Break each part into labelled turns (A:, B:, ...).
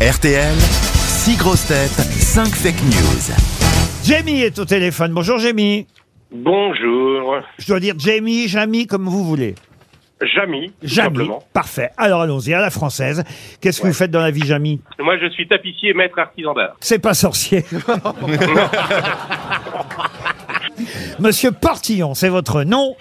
A: RTL, 6 grosses têtes, 5 fake news.
B: Jamie est au téléphone. Bonjour Jamie.
C: Bonjour,
B: Je dois dire Jamie, Jamie, comme vous voulez.
C: Jamy, tout
B: Jamie.
C: simplement.
B: Parfait. Alors allons-y à la française. Qu'est-ce que vous faites dans la vie, Jamie
C: Moi, je suis tapissier maître artisan d'art.
B: C'est pas sorcier. Monsieur Portillon, c'est votre nom.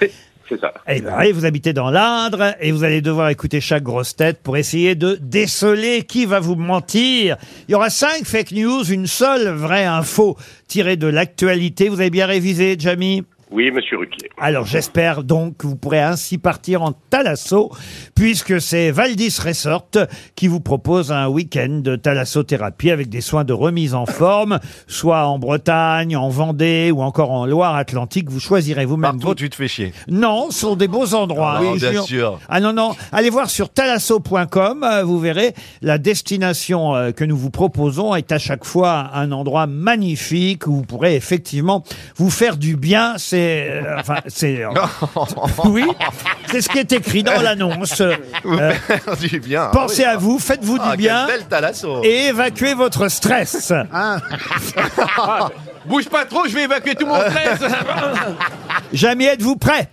C: C'est ça.
B: Eh ben, oui, vous habitez dans l'Indre et vous allez devoir écouter chaque grosse tête pour essayer de déceler qui va vous mentir. Il y aura cinq fake news, une seule vraie info tirée de l'actualité. Vous avez bien révisé, Jamie
C: Oui, monsieur Ruquier.
B: Alors j'espère donc que vous pourrez ainsi partir en thalasso, puisque c'est Valdis Resort qui vous propose un week-end de thalassothérapie avec des soins de remise en forme, soit en Bretagne, en Vendée ou encore en Loire-Atlantique. Vous choisirez vous-même
D: Partout,
B: votre...
D: tu te fais chier.
B: Non, ce sont des beaux endroits.
D: Ah,
B: hein, je
D: bien
B: jure.
D: sûr.
B: Ah non, non. Allez voir sur talasso.com, euh, vous verrez, la destination euh, que nous vous proposons est à chaque fois un endroit magnifique où vous pourrez effectivement vous faire du bien. C'est... euh, enfin, c'est... euh, oui, c'est ce qui est écrit dans l'annonce. Euh,
D: du bien.
B: pensez à vous, faites-vous
D: Ah,
B: du bien
D: Quel bel thalasso.
B: et évacuez votre stress.
E: Bouge pas trop, je vais évacuer tout mon stress.
B: Jamais êtes-vous prêt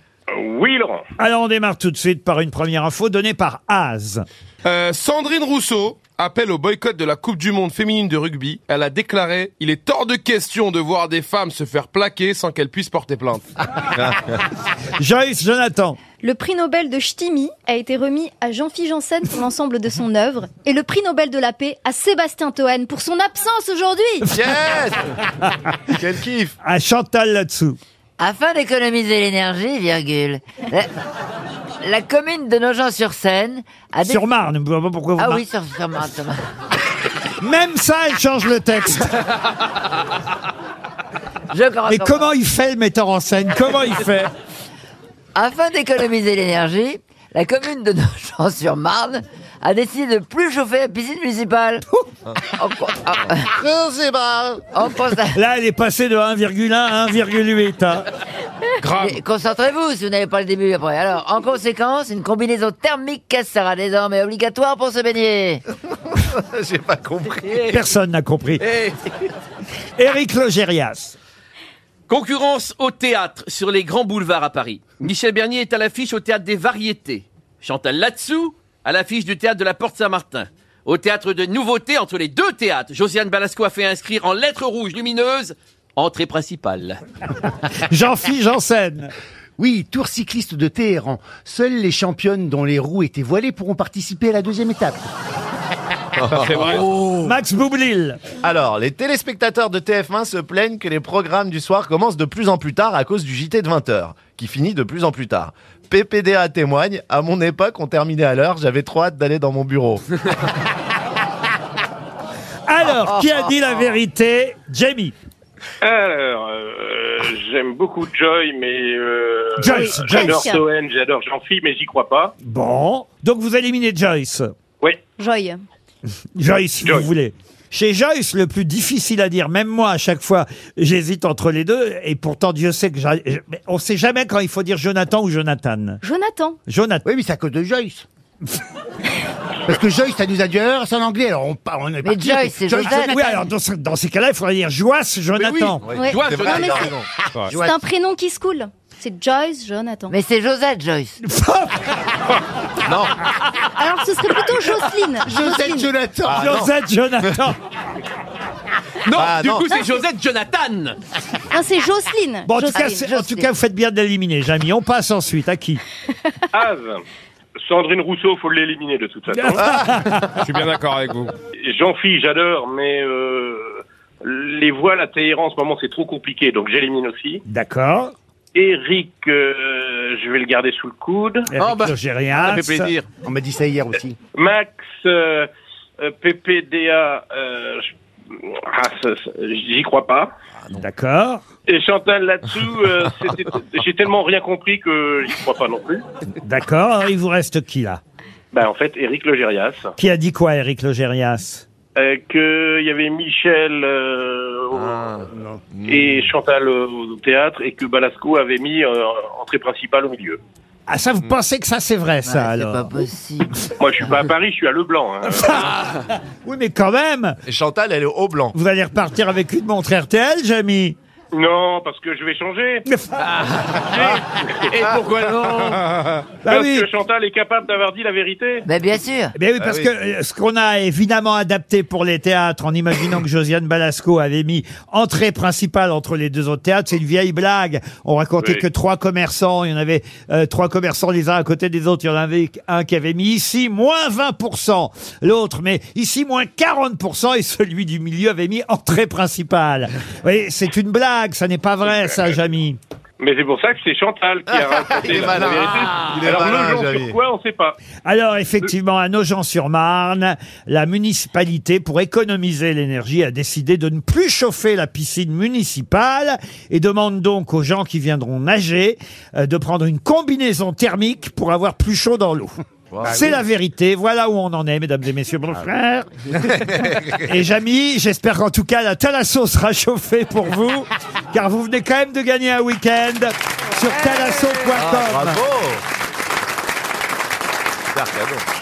C: Oui, Laurent.
B: Alors on démarre tout de suite par une première info donnée par Az.
E: Euh, Sandrine Rousseau appelle au boycott de la Coupe du Monde féminine de rugby. Elle a déclaré Il est hors de question de voir des femmes se faire plaquer sans qu'elles puissent porter plainte.
B: Joyce Jonathan.
F: Le prix Nobel de Ch'timi a été remis à Jean-Philippe Janssen pour l'ensemble de son œuvre et le prix Nobel de la paix à Sébastien Toen pour son absence aujourd'hui.
D: Yes Quel kiff
B: à Chantal là-dessous.
G: Afin d'économiser l'énergie, virgule, la, la commune de Nogent-sur-Seine a dé-
B: Sur Marne, je ne vois pas pourquoi vous
G: Ah
B: mar-
G: oui, sur, sur Marne, sur Marne.
B: Même ça, elle change le texte.
G: Ah, Je recommence.
B: Et Ah. comment il fait le metteur en scène Comment il fait
G: Afin d'économiser l'énergie, la commune de Nogent-sur-Marne a décidé de plus chauffer la piscine municipale. en, co- en- en consa-
B: Là, elle est passée de 1,1 à 1,8. hein.
E: Grave.
G: Mais Concentrez-vous si vous n'avez pas le début après. Alors, en conséquence, une combinaison thermique sera désormais obligatoire pour se baigner.
D: J'ai pas compris.
G: Eh.
B: Personne n'a compris. Éric Logérias.
H: Concurrence au théâtre sur les grands boulevards à Paris. Michel Bernier est à l'affiche au théâtre des Variétés. Chantal Latsou à l'affiche du théâtre de la Porte Saint-Martin. Au théâtre de Nouveautés, entre les deux théâtres, Josiane Balasco a fait inscrire en lettres rouges lumineuses entrée principale.
B: Jean-Philippe Janssen.
I: Oui, tour cycliste de Téhéran. Seules les championnes dont les roues étaient voilées pourront participer à la deuxième étape.
G: Oh.
B: Max Boublil.
D: Alors, les téléspectateurs de TF1 se plaignent que les programmes du soir commencent de plus en plus tard à cause du JT de 20h, qui finit de plus en plus tard. PPDA témoigne, à mon époque, on terminait à l'heure, j'avais trop hâte d'aller dans mon bureau.
B: Alors, qui a dit la vérité Jamie.
C: Alors, euh, j'aime beaucoup Joy, mais euh,
B: Joyce,
C: j'adore
F: Joyce.
C: Toen, j'adore Jean-Phi, mais j'y crois pas.
B: Bon. Donc, vous éliminez Joyce.
C: Oui,
F: Joy.
B: Joyce, si
C: Joyce.
B: vous voulez. Chez Joyce, le plus difficile à dire, même moi, à chaque fois, j'hésite entre les deux, et pourtant, Dieu sait que j'a- mais on sait jamais quand il faut dire Jonathan ou Jonathan.
F: Jonathan.
B: Jonathan.
I: Oui, mais c'est à cause de Joyce. Parce que Joyce, ça nous a dit erreur, c'est en anglais. Alors on, part- on est parti.
G: Joyce, c'est Jonathan.
B: Ah, Oui, alors dans, ce- dans ces cas-là, il faudrait dire Joyce Jonathan.
F: Ouais.
E: Joyce,
D: C'est
F: Non,
D: vrai,
F: mais
D: t'as
F: c'est-
D: raison.
F: c'est un prénom qui se coule. C'est Joyce Jonathan.
G: Mais c'est Josette, Joyce.
F: Alors ce serait plutôt Jocelyne.
I: Josette
F: Jocelyne.
I: Jonathan.
D: Ah, non.
B: Josette Jonathan.
H: Non,
D: Ah,
H: du
D: non.
H: coup c'est Josette Jonathan.
F: Non, Ah, c'est Jocelyne.
B: Bon, en tout,
F: Jocelyne.
B: cas, c'est- en tout cas, vous faites bien d'éliminer, Jamy. On passe ensuite. À qui
C: Az. Sandrine Rousseau, faut l'éliminer de toute façon.
E: Je suis bien d'accord avec vous.
C: Jean-Phi, j'adore, mais euh, les voiles à Téhéran en ce moment, c'est trop compliqué, donc j'élimine aussi.
B: D'accord.
C: Eric, euh, je vais le garder sous le coude.
B: Eric
H: bah,
B: Logérias.
H: Ça fait plaisir.
I: On m'a dit ça hier aussi.
C: Max, euh, euh, PPDA, euh, je- ah, ça, ça, j'y crois pas.
B: D'accord.
C: Et Chantal là-dessous, euh, c'était- j'ai tellement rien compris que j'y crois pas non plus.
B: D'accord. Alors, Il vous reste qui, là
C: Bah en fait, Eric Logérias,
B: Qui a dit quoi, Eric Logérias
C: euh, que il y avait Michel euh, au- et Chantal euh, au théâtre et que Balasco avait mis euh, entrée principale au milieu.
B: Ah, ça, vous pensez que ça, c'est vrai, ça, alors
G: possible.
C: Moi, je suis pas à Paris, je suis à Leblanc. hein.
B: Oui, mais quand même,
D: Et Chantal, elle est au blanc.
B: vous allez repartir avec une montre RTL, Jamy.
C: Non, parce que je vais changer.
D: Ah.
H: Et pourquoi non
B: Bah
C: parce
B: oui.
C: que Chantal est capable d'avoir dit la vérité.
G: Mais Bah, bien sûr.
B: Eh bien oui, parce
D: oui.
B: que euh, ce qu'on a évidemment adapté pour les théâtres, en imaginant que Josiane Balasco avait mis entrée principale entre les deux autres théâtres, c'est une vieille blague. On racontait
C: Oui.
B: que trois commerçants, il y en avait euh, trois commerçants les uns à côté des autres, il y en avait un qui avait mis ici moins 20%, l'autre, mais ici moins 40%, et celui du milieu avait mis entrée principale. Vous voyez, c'est une blague, ça n'est pas vrai ça, Jamy.
C: Mais c'est pour ça que c'est Chantal qui a
D: Il
C: raconté
D: est
C: la,
D: malin.
C: vérité.
D: Il est
C: Alors,
D: malin,
C: nos gens
D: Xavier.
C: sur quoi, on sait pas.
B: Alors effectivement, à Nogent-sur-Marne, la municipalité, pour économiser l'énergie, a décidé de ne plus chauffer la piscine municipale et demande donc aux gens qui viendront nager euh, de prendre une combinaison thermique pour avoir plus chaud dans l'eau. C'est la vérité, voilà où on en est, mesdames et messieurs, mon frère. Et Jamy, j'espère qu'en tout cas la Thalasso sera chauffée pour vous, car vous venez quand même de gagner un week-end
D: Ah.
B: sur thalasso.com.
D: Bravo Super cadeau.